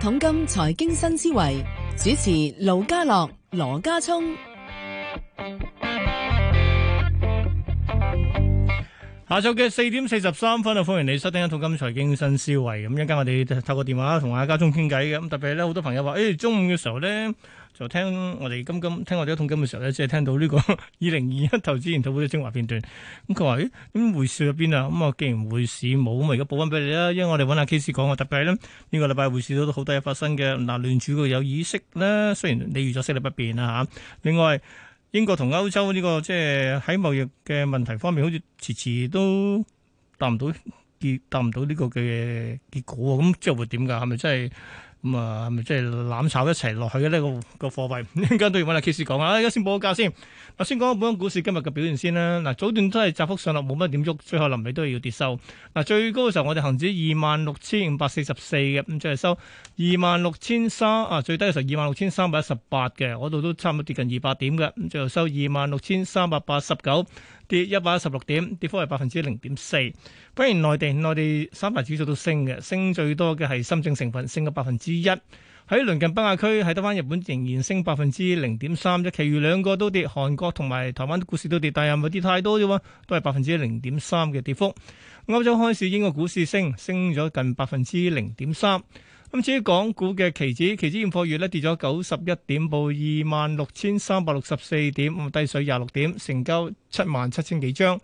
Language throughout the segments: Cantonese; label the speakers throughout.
Speaker 1: 桶金財經新思維主持盧家樂、羅家聰。
Speaker 2: 下晝嘅四點四十三分啊，歡迎你收聽《一桶金財經新思維》。咁一陣間我哋透過電話同阿家聰傾偈嘅。咁特別咧，好多朋友話：誒、哎、中午嘅時候咧，就聽我哋金金聽我哋一桶金嘅時候咧，即係聽到呢個二零二一投資研討會嘅精華片段。咁佢話：誒咁匯市入邊啊？咁、嗯、啊，既然匯市冇，咁我而家補翻俾你啦。因為我哋揾阿 K 師講啊，特別係咧呢、呢個禮拜匯市都好多嘢發生嘅。嗱、呃，聯儲局有議息咧，雖然你預咗息率不變啊啦嚇。另外，英國同歐洲呢個即係喺貿易嘅問題方面，好似遲遲都達唔到結達唔到呢個嘅結果喎。咁之後會點㗎？係咪真係咁啊？係咪真係攬炒一齊落去嘅呢個個貨幣？ 一陣間都要揾阿 K 師講啊！而家先報個價先。嗱，先講下本港股市今日嘅表現先啦。嗱，早段都係窄幅上落，冇乜點喐，最後臨尾都係要跌收。嗱，最高嘅時候我哋恒指二萬六千五百四十四嘅，咁最後收二萬六千三啊，最低嘅時候二萬六千三百一十八嘅，嗰度都差唔多跌近二百點嘅，咁最後收二萬六千三百八十九，跌一百一十六點，跌幅係百分之零點四。反而內地內地三大指數都升嘅，升最多嘅係深證成分，升咗百分之一。喺鄰近北亞區係得翻日本仍然升百分之零點三啫，其餘兩個都跌，韓國同埋台灣股市都跌，但係唔係跌太多啫喎，都係百分之零點三嘅跌幅。歐洲開市，英國股市升，升咗近百分之零點三。咁至於港股嘅期指，期指現貨月咧跌咗九十一點，報二萬六千三百六十四點，低水廿六點，成交七萬七千幾張。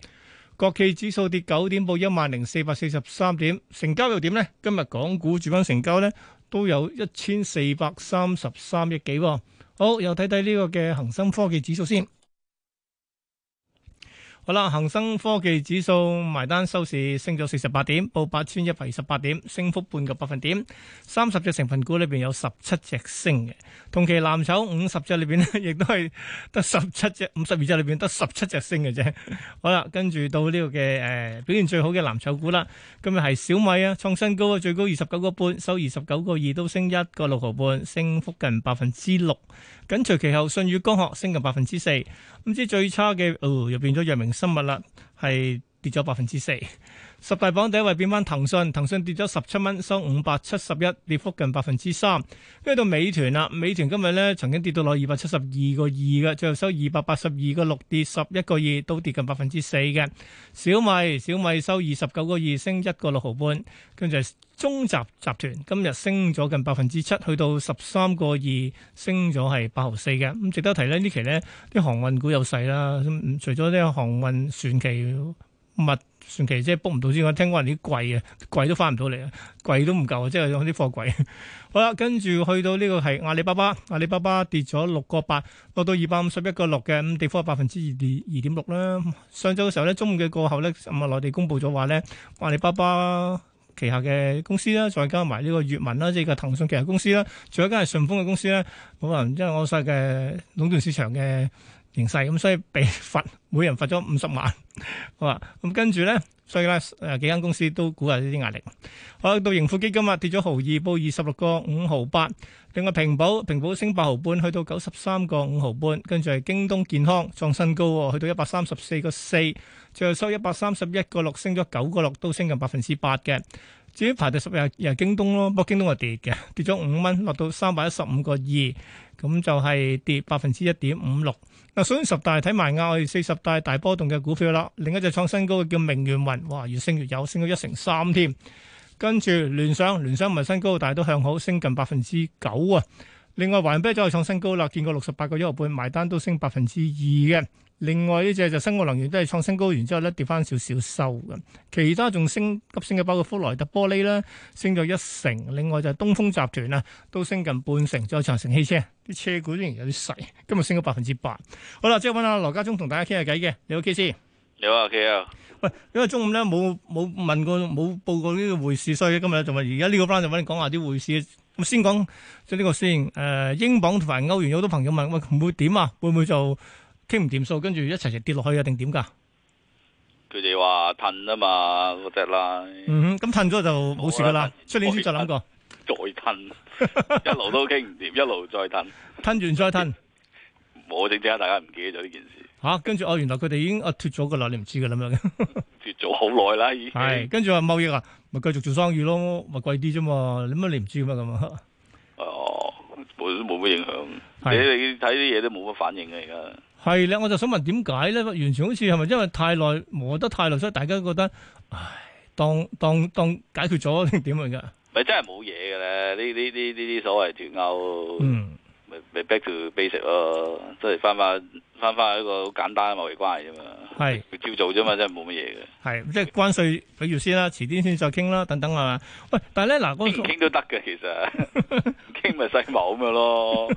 Speaker 2: 國企指數跌九點，報一萬零四百四十三點，成交又點呢？今日港股主板成交呢都有一千四百三十三億幾喎。好，又睇睇呢個嘅恒生科技指數先。好啦，恒生科技指數埋單收市升咗四十八點，報八千一百二十八點，升幅半個百分點。三十隻成分股裏邊有十七隻升嘅，同期藍籌五十隻裏邊咧，亦都係得十七隻，五十二隻裏邊得十七隻升嘅啫。好啦，跟住到呢個嘅誒表現最好嘅藍籌股啦，今日係小米啊，創新高啊，最高二十九個半，收二十九個二，都升一個六毫半，升幅近百分之六。緊隨其後，舜宇光學升近百分之四，唔知最差嘅哦又變咗藥明生物啦，係跌咗百分之四。十大榜第一位變翻騰訊，騰訊跌咗十七蚊，收五百七十一，跌幅近百分之三。跟住到美團啦，美團今日咧曾經跌到落二百七十二個二嘅，最後收二百八十二個六，跌十一個二，都跌近百分之四嘅。小米，小米收二十九個二，升一個六毫半。跟住係中集集團，今日升咗近百分之七，去到十三個二，升咗係八毫四嘅。咁值得提咧，呢期咧啲航運股有勢啦，咁嗯除咗呢個航運船期物船期即係 book 唔到之外，聽講人啲櫃啊，櫃都翻唔到嚟啊，櫃都唔夠啊，即係有啲貨櫃。好啦，跟住去到呢個係阿里巴巴，阿里巴巴跌咗六個八，落到二百五十一個六嘅，咁跌幅係百分之二點二點六啦。上晝嘅時候咧，中午嘅過後咧，咁啊內地公佈咗話咧，阿里巴巴旗下嘅公司啦，再加埋呢個閱文啦，即係個騰訊旗下公司啦，仲有一間係順豐嘅公司咧，可能因為我細嘅壟斷市場嘅。形勢咁，所以被罰每人罰咗五十萬，好啊！咁跟住咧，所以咧誒幾間公司都估下呢啲壓力。好，到盈富基金啊，跌咗毫二，報二十六個五毫八。另外平保，平保升八毫半，去到九十三個五毫半。跟住係京東健康創新高喎，去到一百三十四個四，最後收一百三十一個六，升咗九個六，都升近百分之八嘅。至於排第十日又係京東咯，不過京東係跌嘅，跌咗五蚊，落到三百一十五個二，咁就係跌百分之一點五六。嗱，所以十大睇埋亞，我哋四十大大波動嘅股票啦。另一隻創新高嘅叫明源雲，哇，越升越有，升到一成三添。跟住聯想，聯想唔係新高，但係都向好，升近百分之九啊。另外華潤啤酒又創新高啦，見過六十八個一毫半，埋單都升百分之二嘅。另外呢隻就新奧能源都係創新高，然之後咧跌翻少少收嘅。其他仲升急升嘅包括福萊特玻璃啦，升咗一成。另外就係東風集團啊，都升近半成。仲有長城汽車，啲車股仍然有啲細，今日升咗百分之八。好啦，即係揾阿羅家聰同大家傾下偈嘅，你好 K 先。
Speaker 3: 你好啊，K 啊。
Speaker 2: 喂，因為中午咧冇冇問過冇報過呢個匯市，所以今日就問而家呢個 round 就揾你講下啲匯市。咁先講咗呢個先。誒、呃，英鎊同埋歐元有好多朋友問，喂，會點啊？會唔會就？傾唔掂數，跟住一齊齊跌落去啊？定點㗎？
Speaker 3: 佢哋話褪啊嘛，嗰隻啦。
Speaker 2: 嗯哼，咁褪咗就啊冇事㗎啦。出年先再諗過，
Speaker 3: 再褪，一路都傾唔掂，一路再褪，
Speaker 2: 褪完再褪。
Speaker 3: 我正啊正大家唔記得咗呢件事。
Speaker 2: 吓、啊，跟住哦，原來佢哋已經啊脫咗㗎啦，你唔知㗎啦咁 樣。
Speaker 3: 脫咗好耐啦，已經。
Speaker 2: 係，跟住話貿易啊，咪繼續做生意咯，咪貴啲啫嘛。點解你唔知咩咁啊？
Speaker 3: 冇都哦冇乜影響。你
Speaker 2: 係
Speaker 3: 你睇啲嘢都冇乜反應嘅而家。
Speaker 2: 係啦，我就想問點解咧？完全好似係咪因為太耐磨得太耐，所以大家覺得唉，當當當解決咗定點啊嚟㗎？
Speaker 3: 咪真係冇嘢嘅咧，呢呢呢呢啲所謂脱歐，
Speaker 2: 嗯，
Speaker 3: 咪咪 back to basic 咯，即係翻翻翻翻一個好簡單嘅貿易關係啫嘛，
Speaker 2: 係
Speaker 3: 照做啫嘛，真係冇乜嘢嘅，
Speaker 2: 係即係關税，比如先啦，遲啲先再傾啦，等等啊。喂，但係咧嗱，嗰
Speaker 3: 傾唔
Speaker 2: 個
Speaker 3: 傾都得嘅其實， 傾咪世貿咁樣咯。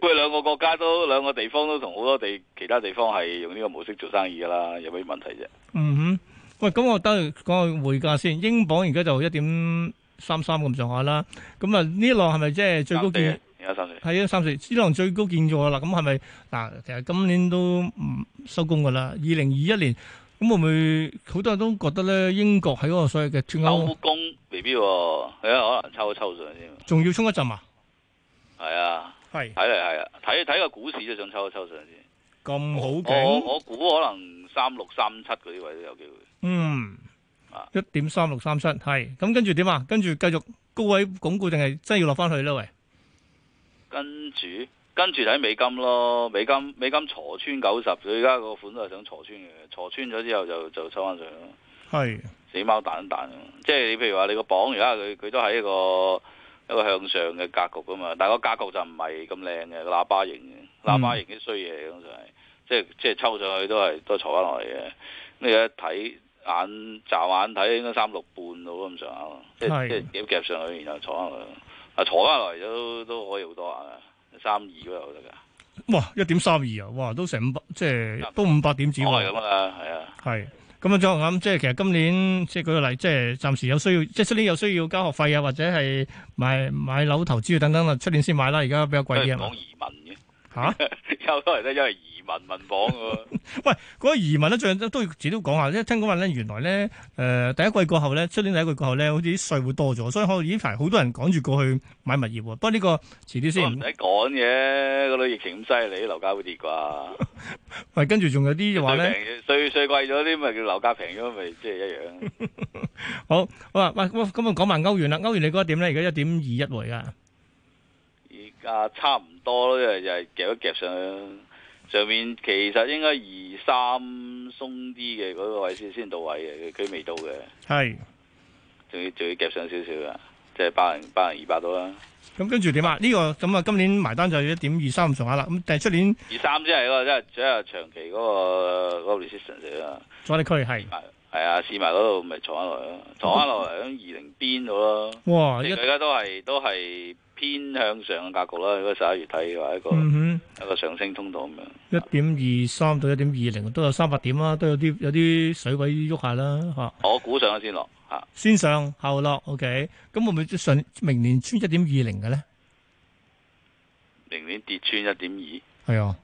Speaker 3: 佢兩個國家都兩個地方都同好多地其他地方係用呢個模式做生意㗎啦，有咩問題啫？
Speaker 2: 嗯哼，喂，咁我等講下匯價先。英鎊而家就一點三三咁上下啦。咁啊，呢浪係咪即係最高見？
Speaker 3: 而家三四
Speaker 2: 係啊，三四呢浪最高見咗啦。咁係咪嗱？其實今年都唔收工㗎啦。二零二一年咁會唔會好多人都覺得咧，英國喺嗰個所謂嘅脱
Speaker 3: 收
Speaker 2: 歐
Speaker 3: 工未必喎，係啊，可能抽一抽上先，
Speaker 2: 仲要衝一陣啊？
Speaker 3: 係啊，
Speaker 2: 係
Speaker 3: 睇嚟係啊，睇睇個股市都想抽一抽上先。
Speaker 2: 咁好
Speaker 3: 我
Speaker 2: 景，
Speaker 3: 我估可能三六三七嗰啲位都有機會。
Speaker 2: 嗯
Speaker 3: 啊，
Speaker 2: 一點三六三七係咁，跟住點啊？跟住繼續高位鞏固定係真係要落翻去咧？喂，
Speaker 3: 跟住跟住睇美金咯，美金美金挫穿九十，佢而家個款都係想挫穿嘅，挫穿咗之後就就抽翻上咯。
Speaker 2: 係
Speaker 3: 死貓彈一彈咯，即係你譬如話你個榜而家佢佢都係一個一個向上嘅格局噶嘛，但係個格局就唔係咁靚嘅，個喇叭型
Speaker 2: 嗯
Speaker 3: 嘅，喇叭型啲衰嘢咁就係，即係即係抽上去都係都係坐翻落嚟嘅。你而家睇眼驟眼睇應該三六半到咁上下咯，即係
Speaker 2: 係
Speaker 3: 即係幾夾上去，然後坐翻落嚟，啊坐翻落嚟都都可以好多下噶，三二嗰度得㗎，
Speaker 2: 哇，一點三二啊！哇，都成五百，即係都五百點子
Speaker 3: 我係
Speaker 2: 喎
Speaker 3: 咁。啦，係啊。
Speaker 2: 係咁啊，再諗即係其實今年即係舉個例，即係暫時有需要，即係出年有需要交學費啊，或者係買買樓投資等等啊，出年先買啦，而家比較貴啲啊
Speaker 3: 講
Speaker 2: 嘛。
Speaker 3: 移民嘅，
Speaker 2: 嚇！
Speaker 3: 有好多人都因為移民問榜嘅喎。
Speaker 2: 喂，嗰個移民咧，最近都都要自己都講下，因為聽講話咧，原來咧誒、呃第一季過後咧，出年第一季過後咧，好似啲稅會多咗，所以可能呢排好多人趕住過去買物業喎。不過呢個遲啲
Speaker 3: 都
Speaker 2: 先。
Speaker 3: 唔使趕嘅，嗰度疫情咁犀利，樓價會跌啩？
Speaker 2: 喂，跟住仲有啲話
Speaker 3: 最
Speaker 2: 咧，
Speaker 3: 平最最貴咗啲，咪叫樓價平咗，咪即係一樣。
Speaker 2: 好好啊喂，喂咁啊講埋歐元啦，歐元你覺得點咧？而家一點二一喎，而家
Speaker 3: 而家差唔多咯，因為就係夾一夾上上面，其實應該二三鬆啲嘅嗰個位先先到位嘅，佢佢未到嘅，
Speaker 2: 係
Speaker 3: 仲要仲要夾上少少嘅，即係百零百零二百到啦。
Speaker 2: 咁跟住點啊？呢、個咁啊，今年埋單就一點二三咁上下啦。咁但係出年
Speaker 3: 二三先係嗰個，即係即係長期嗰、個嗰、個 resistance 嚟啦。
Speaker 2: 阻力區係
Speaker 3: 係啊，試埋嗰度咪坐翻落嚟咯，坐翻落嚟響二零邊度咯。
Speaker 2: 哇
Speaker 3: 即
Speaker 2: 一
Speaker 3: 係佢而家都係都係偏向上嘅格局啦。如果十一月睇嘅話，一個、
Speaker 2: 嗯
Speaker 3: 一個上升通道咁樣。
Speaker 2: 哼一點二三到一點二零都有三百點啦，都有啲有啲水位喐下啦嚇。
Speaker 3: 我估上咗先落嚇，啊
Speaker 2: 先上後落，OK，咁會唔會上明年穿一點二零嘅咧？
Speaker 3: 明年跌穿一點二，唔
Speaker 2: 係啊，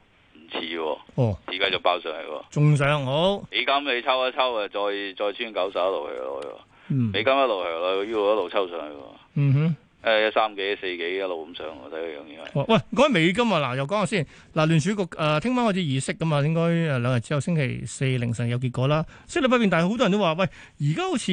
Speaker 3: 似喎，
Speaker 2: 哦，
Speaker 3: 而家就爆上嚟喎。
Speaker 2: 仲上好，
Speaker 3: 美金你抽一抽啊，再再穿九十一路去落去喎，
Speaker 2: 嗯，
Speaker 3: 美金一路去落去，U 一路抽上去喎。
Speaker 2: 嗯哼。
Speaker 3: 誒一三幾、四幾一路咁上喎，睇個樣應該。
Speaker 2: 哦喂，講起美金啊，嗱，又講下先。嗱，聯儲局誒聽晚開始議息咁啊，應該誒兩日之後星期四凌晨有結果啦。息率不變，但係好多人都話，喂，而家好似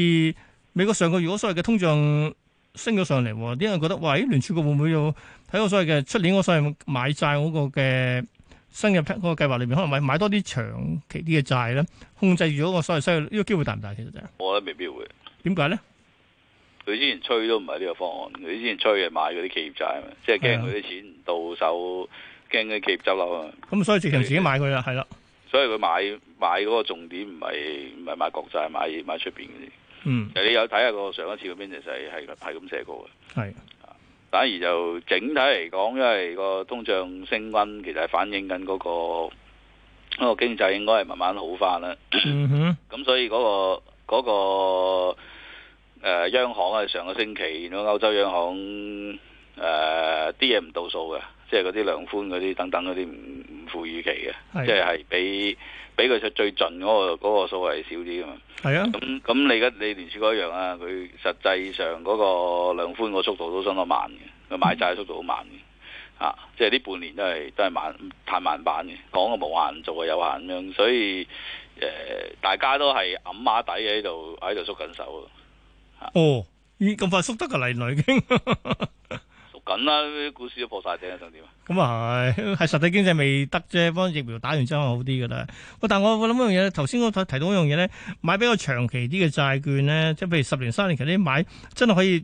Speaker 2: 美國上個月嗰所謂嘅通脹升咗上嚟喎，啲人覺得，喂，聯儲局會唔會要喺個所謂嘅出年嗰所謂買債嗰個嘅新嘅 plan- 嗰個計劃裏面，可能買買多啲長期啲嘅債咧，控制咗個所謂息率，呢個機會大唔大？其實就係
Speaker 3: 我覺得未必會。
Speaker 2: 點解咧？
Speaker 3: 佢之前吹都唔係呢個方案，佢之前吹係買嗰啲企業債啊嘛，即係驚佢啲錢唔到手，驚佢企業執笠啊嘛。
Speaker 2: 咁所以直情自己買佢啦，係啦，
Speaker 3: 所以佢買買嗰個重點唔係唔係買國債，買買出邊嗰啲。
Speaker 2: 嗯，
Speaker 3: 其實你有睇下個上一次個 minus 係係係咁寫過嘅。
Speaker 2: 係。
Speaker 3: 反而就整體嚟講，因為個通脹升温，其實係反映緊嗰、個嗰、個經濟應該係慢慢好翻啦。
Speaker 2: 嗯哼，
Speaker 3: 咁所以嗰、個嗰、個呃央行啊，上個星期見到歐洲央行誒啲嘢唔到數嘅，即係嗰啲量寬嗰啲等等嗰啲唔唔符預期嘅。即
Speaker 2: 係
Speaker 3: 係係比比佢最最盡嗰、個嗰、個數係少啲噶嘛。
Speaker 2: 係啊，
Speaker 3: 咁咁你而家你聯儲嗰一樣啊，佢實際上嗰個量寬個速度都相當慢嘅，佢買債嘅速度好慢嘅。啊，即係呢半年都係都係慢太慢版嘅，講嘅無限，做嘅有限咁樣，所以誒、呃大家都係揞下底喺度喺度縮緊手啊，
Speaker 2: 哦，咦咁快縮得個嚟女已經。
Speaker 3: 縮緊啦，啲股市都破晒頂啊，想點啊？
Speaker 2: 咁啊 係，係實體經濟未得啫，幫疫苗打完之後好啲噶啦。喂，但我我諗一樣嘢，頭先我提提到一樣嘢咧，買比較長期啲嘅債券咧，即係譬如十年、三年期啲買，真係可以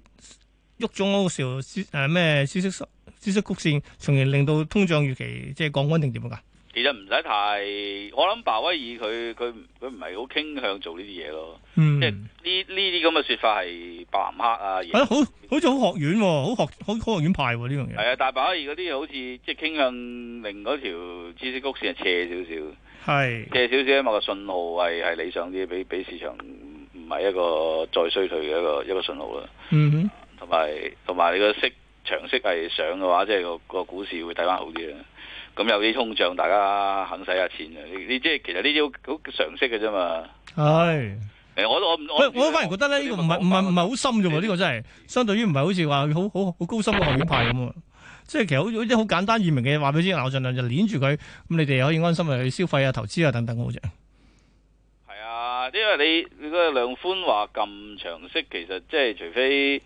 Speaker 2: 喐咗嗰個時候誒咩孳息孳息曲線，從而令到通脹預期即係降溫定點㗎？
Speaker 3: 其實唔使太，我諗鮑威爾佢佢佢唔係好傾向做呢啲嘢咯，
Speaker 2: 嗯
Speaker 3: 即係呢呢啲咁嘅説法係白藍克啊，
Speaker 2: 係咯，好好似好學院喎、好學好好學院派喎呢樣嘢。
Speaker 3: 係啊，但係鮑威爾嗰啲好似即係傾向令嗰條孳息曲線係斜少少，
Speaker 2: 係
Speaker 3: 斜少少，因為個信號係係理想啲，俾俾市場唔唔係一個再衰退嘅一個一個信號啦。啊
Speaker 2: 嗯哼。
Speaker 3: 同埋同埋你個息長息係上嘅話，即係個個股市會睇翻好啲啦。啊咁有啲通脹，大家肯使下錢啊！你你即係其實呢啲好好常識嘅啫嘛。
Speaker 2: 係，
Speaker 3: 誒，我都我唔
Speaker 2: 喂，我反而覺得咧，呢個唔係唔係唔係好深啫喎，
Speaker 3: 你
Speaker 2: 呢個真係相對於唔係好似話好好好高深嘅學院派咁喎。即係其實好好啲好簡單易明嘅嘢話俾你知，嗱我盡量就攣住佢，咁你哋可以安心去消費啊、投資啊等等好啫。
Speaker 3: 係啊，因為你你嗰個量寬話咁長息，其實即係除非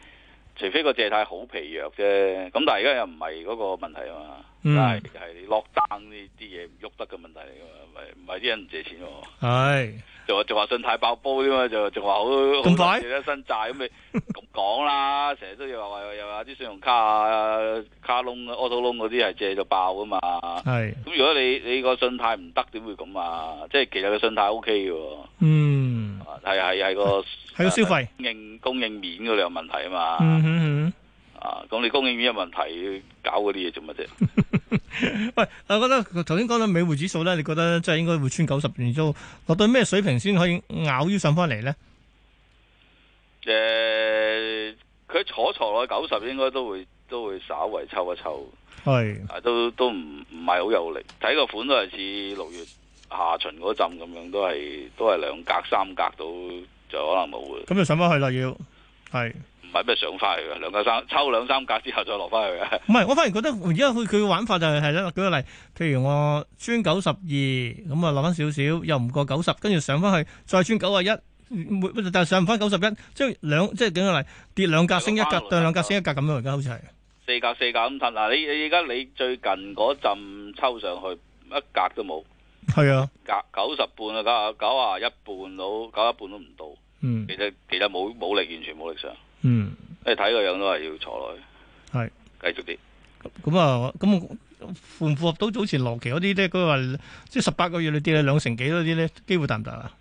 Speaker 3: 除非個借貸好疲弱啫。咁但係而家又唔係嗰個問題啊嘛，
Speaker 2: 嗯
Speaker 3: 係係你落單呢啲嘢唔喐得嘅問題嚟㗎嘛，唔係唔係啲人唔借錢喎。
Speaker 2: 係，
Speaker 3: 就話就話信貸爆煲添嘛，就就話好咁
Speaker 2: 快
Speaker 3: 借得新債咁你咁講啦，成日都要話話又話啲信用卡啊、卡窿啊、auto loan 嗰啲係借到爆噶嘛。
Speaker 2: 係，
Speaker 3: 咁如果你你個信貸唔得，點會咁啊？即係其實個信貸 O K 嘅喎，
Speaker 2: 嗯，
Speaker 3: 啊係係係個
Speaker 2: 係個消費，
Speaker 3: 供應供應面嗰度有問題啊嘛。
Speaker 2: 嗯哼
Speaker 3: 啊，咁你供應面有問題，搞嗰啲嘢做乜啫？
Speaker 2: 嗯哼，喂，我覺得頭先講到美匯指數咧，你覺得即係應該會穿九十年都落到咩水平先可以咬腰上翻嚟咧？
Speaker 3: 誒、佢坐坐落九十應該都會都會稍為抽一抽。
Speaker 2: 係，
Speaker 3: 啊，都都唔唔係好有力，睇個款都係似六月下旬嗰陣咁樣，都係都係兩格三格到就可能冇嘅，
Speaker 2: 咁就上翻去啦要，係。
Speaker 3: 唔係咩上翻去嘅，兩格三抽兩三格之後再落翻去嘅。
Speaker 2: 唔係，我反而覺得而家佢佢嘅玩法就係係啦，舉個例，譬如我穿九十二，咁啊落翻少少，又唔過九十，跟住上翻去再穿九啊一，每但係上唔翻九十一，即係兩即係舉個例跌兩格升一格，對兩格升一格咁樣，而家好似係
Speaker 3: 四格四格咁褪嗱，你你而家你最近嗰陣抽上去一格都冇，
Speaker 2: 係啊，
Speaker 3: 格九十半啊，九啊九啊一半到，九啊一半都唔到，
Speaker 2: 嗯
Speaker 3: 其實其實冇冇力，完全冇力上，
Speaker 2: 嗯
Speaker 3: 你睇個樣都係要坐落去，
Speaker 2: 係
Speaker 3: 繼續啲。
Speaker 2: 咁啊咁符唔符合到早前羅奇嗰啲咧？佢話即係十八個月你跌兩成幾嗰啲咧，機會大唔大啊？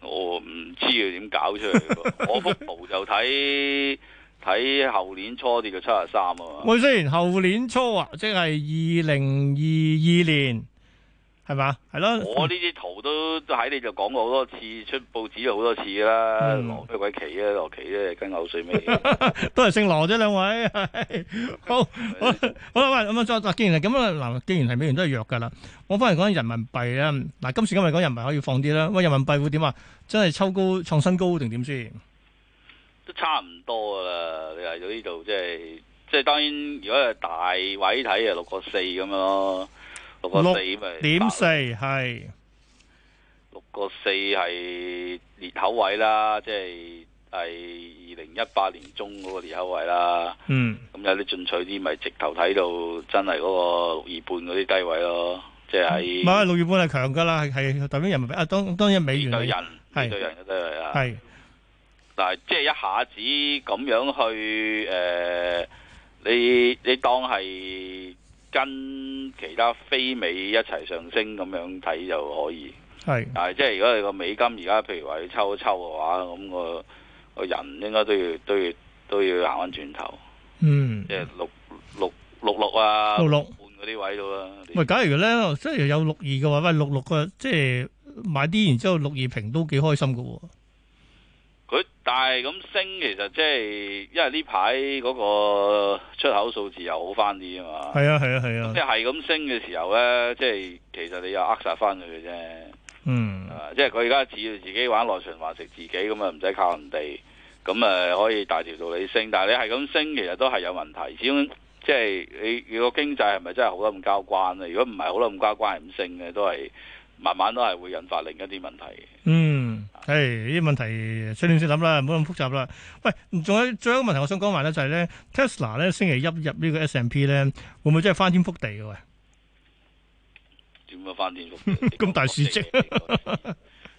Speaker 3: 我唔知佢點搞出嚟喎。我幅圖就睇睇後年初跌到七十三啊嘛。
Speaker 2: 喂，雖然後年初啊，即係二零二二年係嘛？係咯，
Speaker 3: 我呢啲圖都都喺你就講過好多次，出報紙就好多次啦。
Speaker 2: 嗯
Speaker 3: 羅咩鬼棋啊，羅棋咧跟口水尾。
Speaker 2: 都係姓羅啫，兩 位。係好，好啦好啦，喂，咁啊，再嗱，既然係咁啊，嗱，既然係美元都係弱㗎啦，我翻嚟講人民幣啦。嗱，今時今日講人民幣可以放啲啦。喂，人民幣會點啊？真係抽高創新高定點先？
Speaker 3: 都差唔多噶啦。你嚟到呢度即係即係當然，如果係大位睇啊，六個四咁樣咯，六個四咪
Speaker 2: 點四係
Speaker 3: 六個四係裂口位啦，即係係二零一八年中嗰個裂口位啦。
Speaker 2: 嗯
Speaker 3: 咁有啲進取啲，咪直頭睇到真係嗰個二半嗰啲低位咯，即係
Speaker 2: 唔
Speaker 3: 喺
Speaker 2: 係六月半係強㗎啦，係係代表人民幣啊。當當然美元
Speaker 3: 面對
Speaker 2: 係
Speaker 3: 人面對人嘅低位啊。
Speaker 2: 係
Speaker 3: 但係即係一下子咁樣去誒、呃你你當係跟其他非美一齊上升咁樣睇就可以。
Speaker 2: 係
Speaker 3: 但係即係如果你個美金而家譬如話要抽一抽嘅話，咁、個個人應該都要都要都要行翻轉頭，
Speaker 2: 嗯
Speaker 3: 即係六六六六啊
Speaker 2: 六六。
Speaker 3: 半嗰啲位度啦。
Speaker 2: 喂，假如咧，即係有六二嘅話，喂六六嘅，即係買啲，然之後六二平都幾開心㗎喎。
Speaker 3: 佢但係咁升，其實即係因為呢排嗰個出口數字又好翻啲啊嘛。
Speaker 2: 係啊係啊係
Speaker 3: 即
Speaker 2: 啊，
Speaker 3: 係咁升嘅時候咧，即係其實你又扼殺翻佢嘅啫，
Speaker 2: 嗯
Speaker 3: 係。嘛即係佢而家只要自己玩內循環食自己咁啊，唔使靠人哋，咁啊可以大條道理升。但係你係咁升，其實都係有問題。始終即係你你個經濟係咪真係好得咁交關咧？如果唔係好得咁交關，係咁升嘅，都係慢慢都係會引發另一啲問題嘅。
Speaker 2: 嗯，
Speaker 3: 啊
Speaker 2: 係呢啲問題出年先諗啦，唔好咁複雜啦。喂，仲有最後一個問題，我想講埋咧，就係咧 Tesla 咧星期一入呢個 S M P 咧，會唔會真係翻天覆地嘅？喂，
Speaker 3: 點樣翻天覆地
Speaker 2: 咁大市值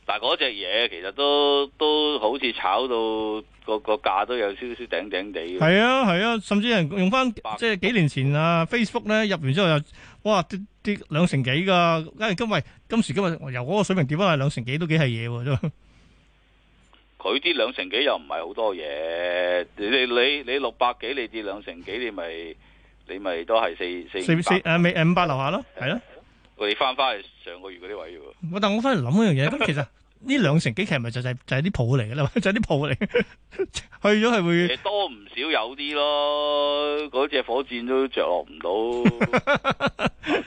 Speaker 3: 但係嗰只嘢其實都都好似炒到個個價都有少少頂頂地嘅。
Speaker 2: 係啊係啊，甚至有人用翻即係幾年前啊 Facebook 咧入完之後又哇跌跌兩成幾㗎，梗係今喂今時今日由嗰個水平跌翻去兩成幾都幾係嘢喎，都
Speaker 3: 佢啲兩成幾又唔係好多嘢，你你你你六百幾你跌兩成幾，你咪你咪都係四四
Speaker 2: 四
Speaker 3: 五
Speaker 2: 四
Speaker 3: 百，
Speaker 2: 誒未誒五百樓下咯，係咯。
Speaker 3: 你翻翻去上個月嗰啲位喎。
Speaker 2: 我但我翻嚟諗一樣嘢，咁其實呢兩成幾其實咪就係就係啲鋪嚟嘅啦， 就係啲鋪嚟，去咗係會
Speaker 3: 誒多唔少有啲咯，嗰只火箭都着落 唔到爆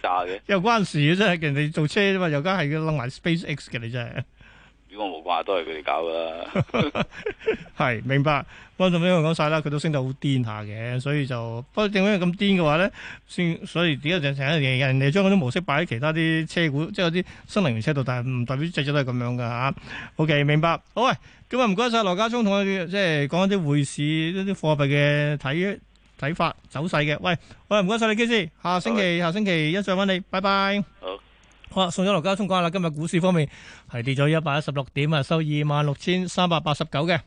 Speaker 3: 炸嘅，
Speaker 2: 又關事嘅真係，人哋做車啫嘛，又梗係要楞埋 SpaceX 嘅，你真係
Speaker 3: 如果冇掛都係佢哋搞噶啦。
Speaker 2: 係明白。温總呢樣講晒啦，佢都升得好癲下嘅，所以就不過正因為咁癲嘅話咧，先所以點解就成日人哋將嗰啲模式擺喺其他啲車股，即係嗰啲新能源車度，但係唔代表隻隻都係咁樣㗎嚇、OK，明白。好喂，咁啊唔該晒羅家聰同我哋即係講一啲匯市一啲貨幣嘅睇睇法走勢嘅。喂，喂唔該晒你基師，下星期下星期一再揾你，拜拜。
Speaker 3: 好。
Speaker 2: 好啦，送咗羅啊家聰講下啦。今日股市方面係跌咗一百一十六點啊，收二萬六千三百八十九嘅。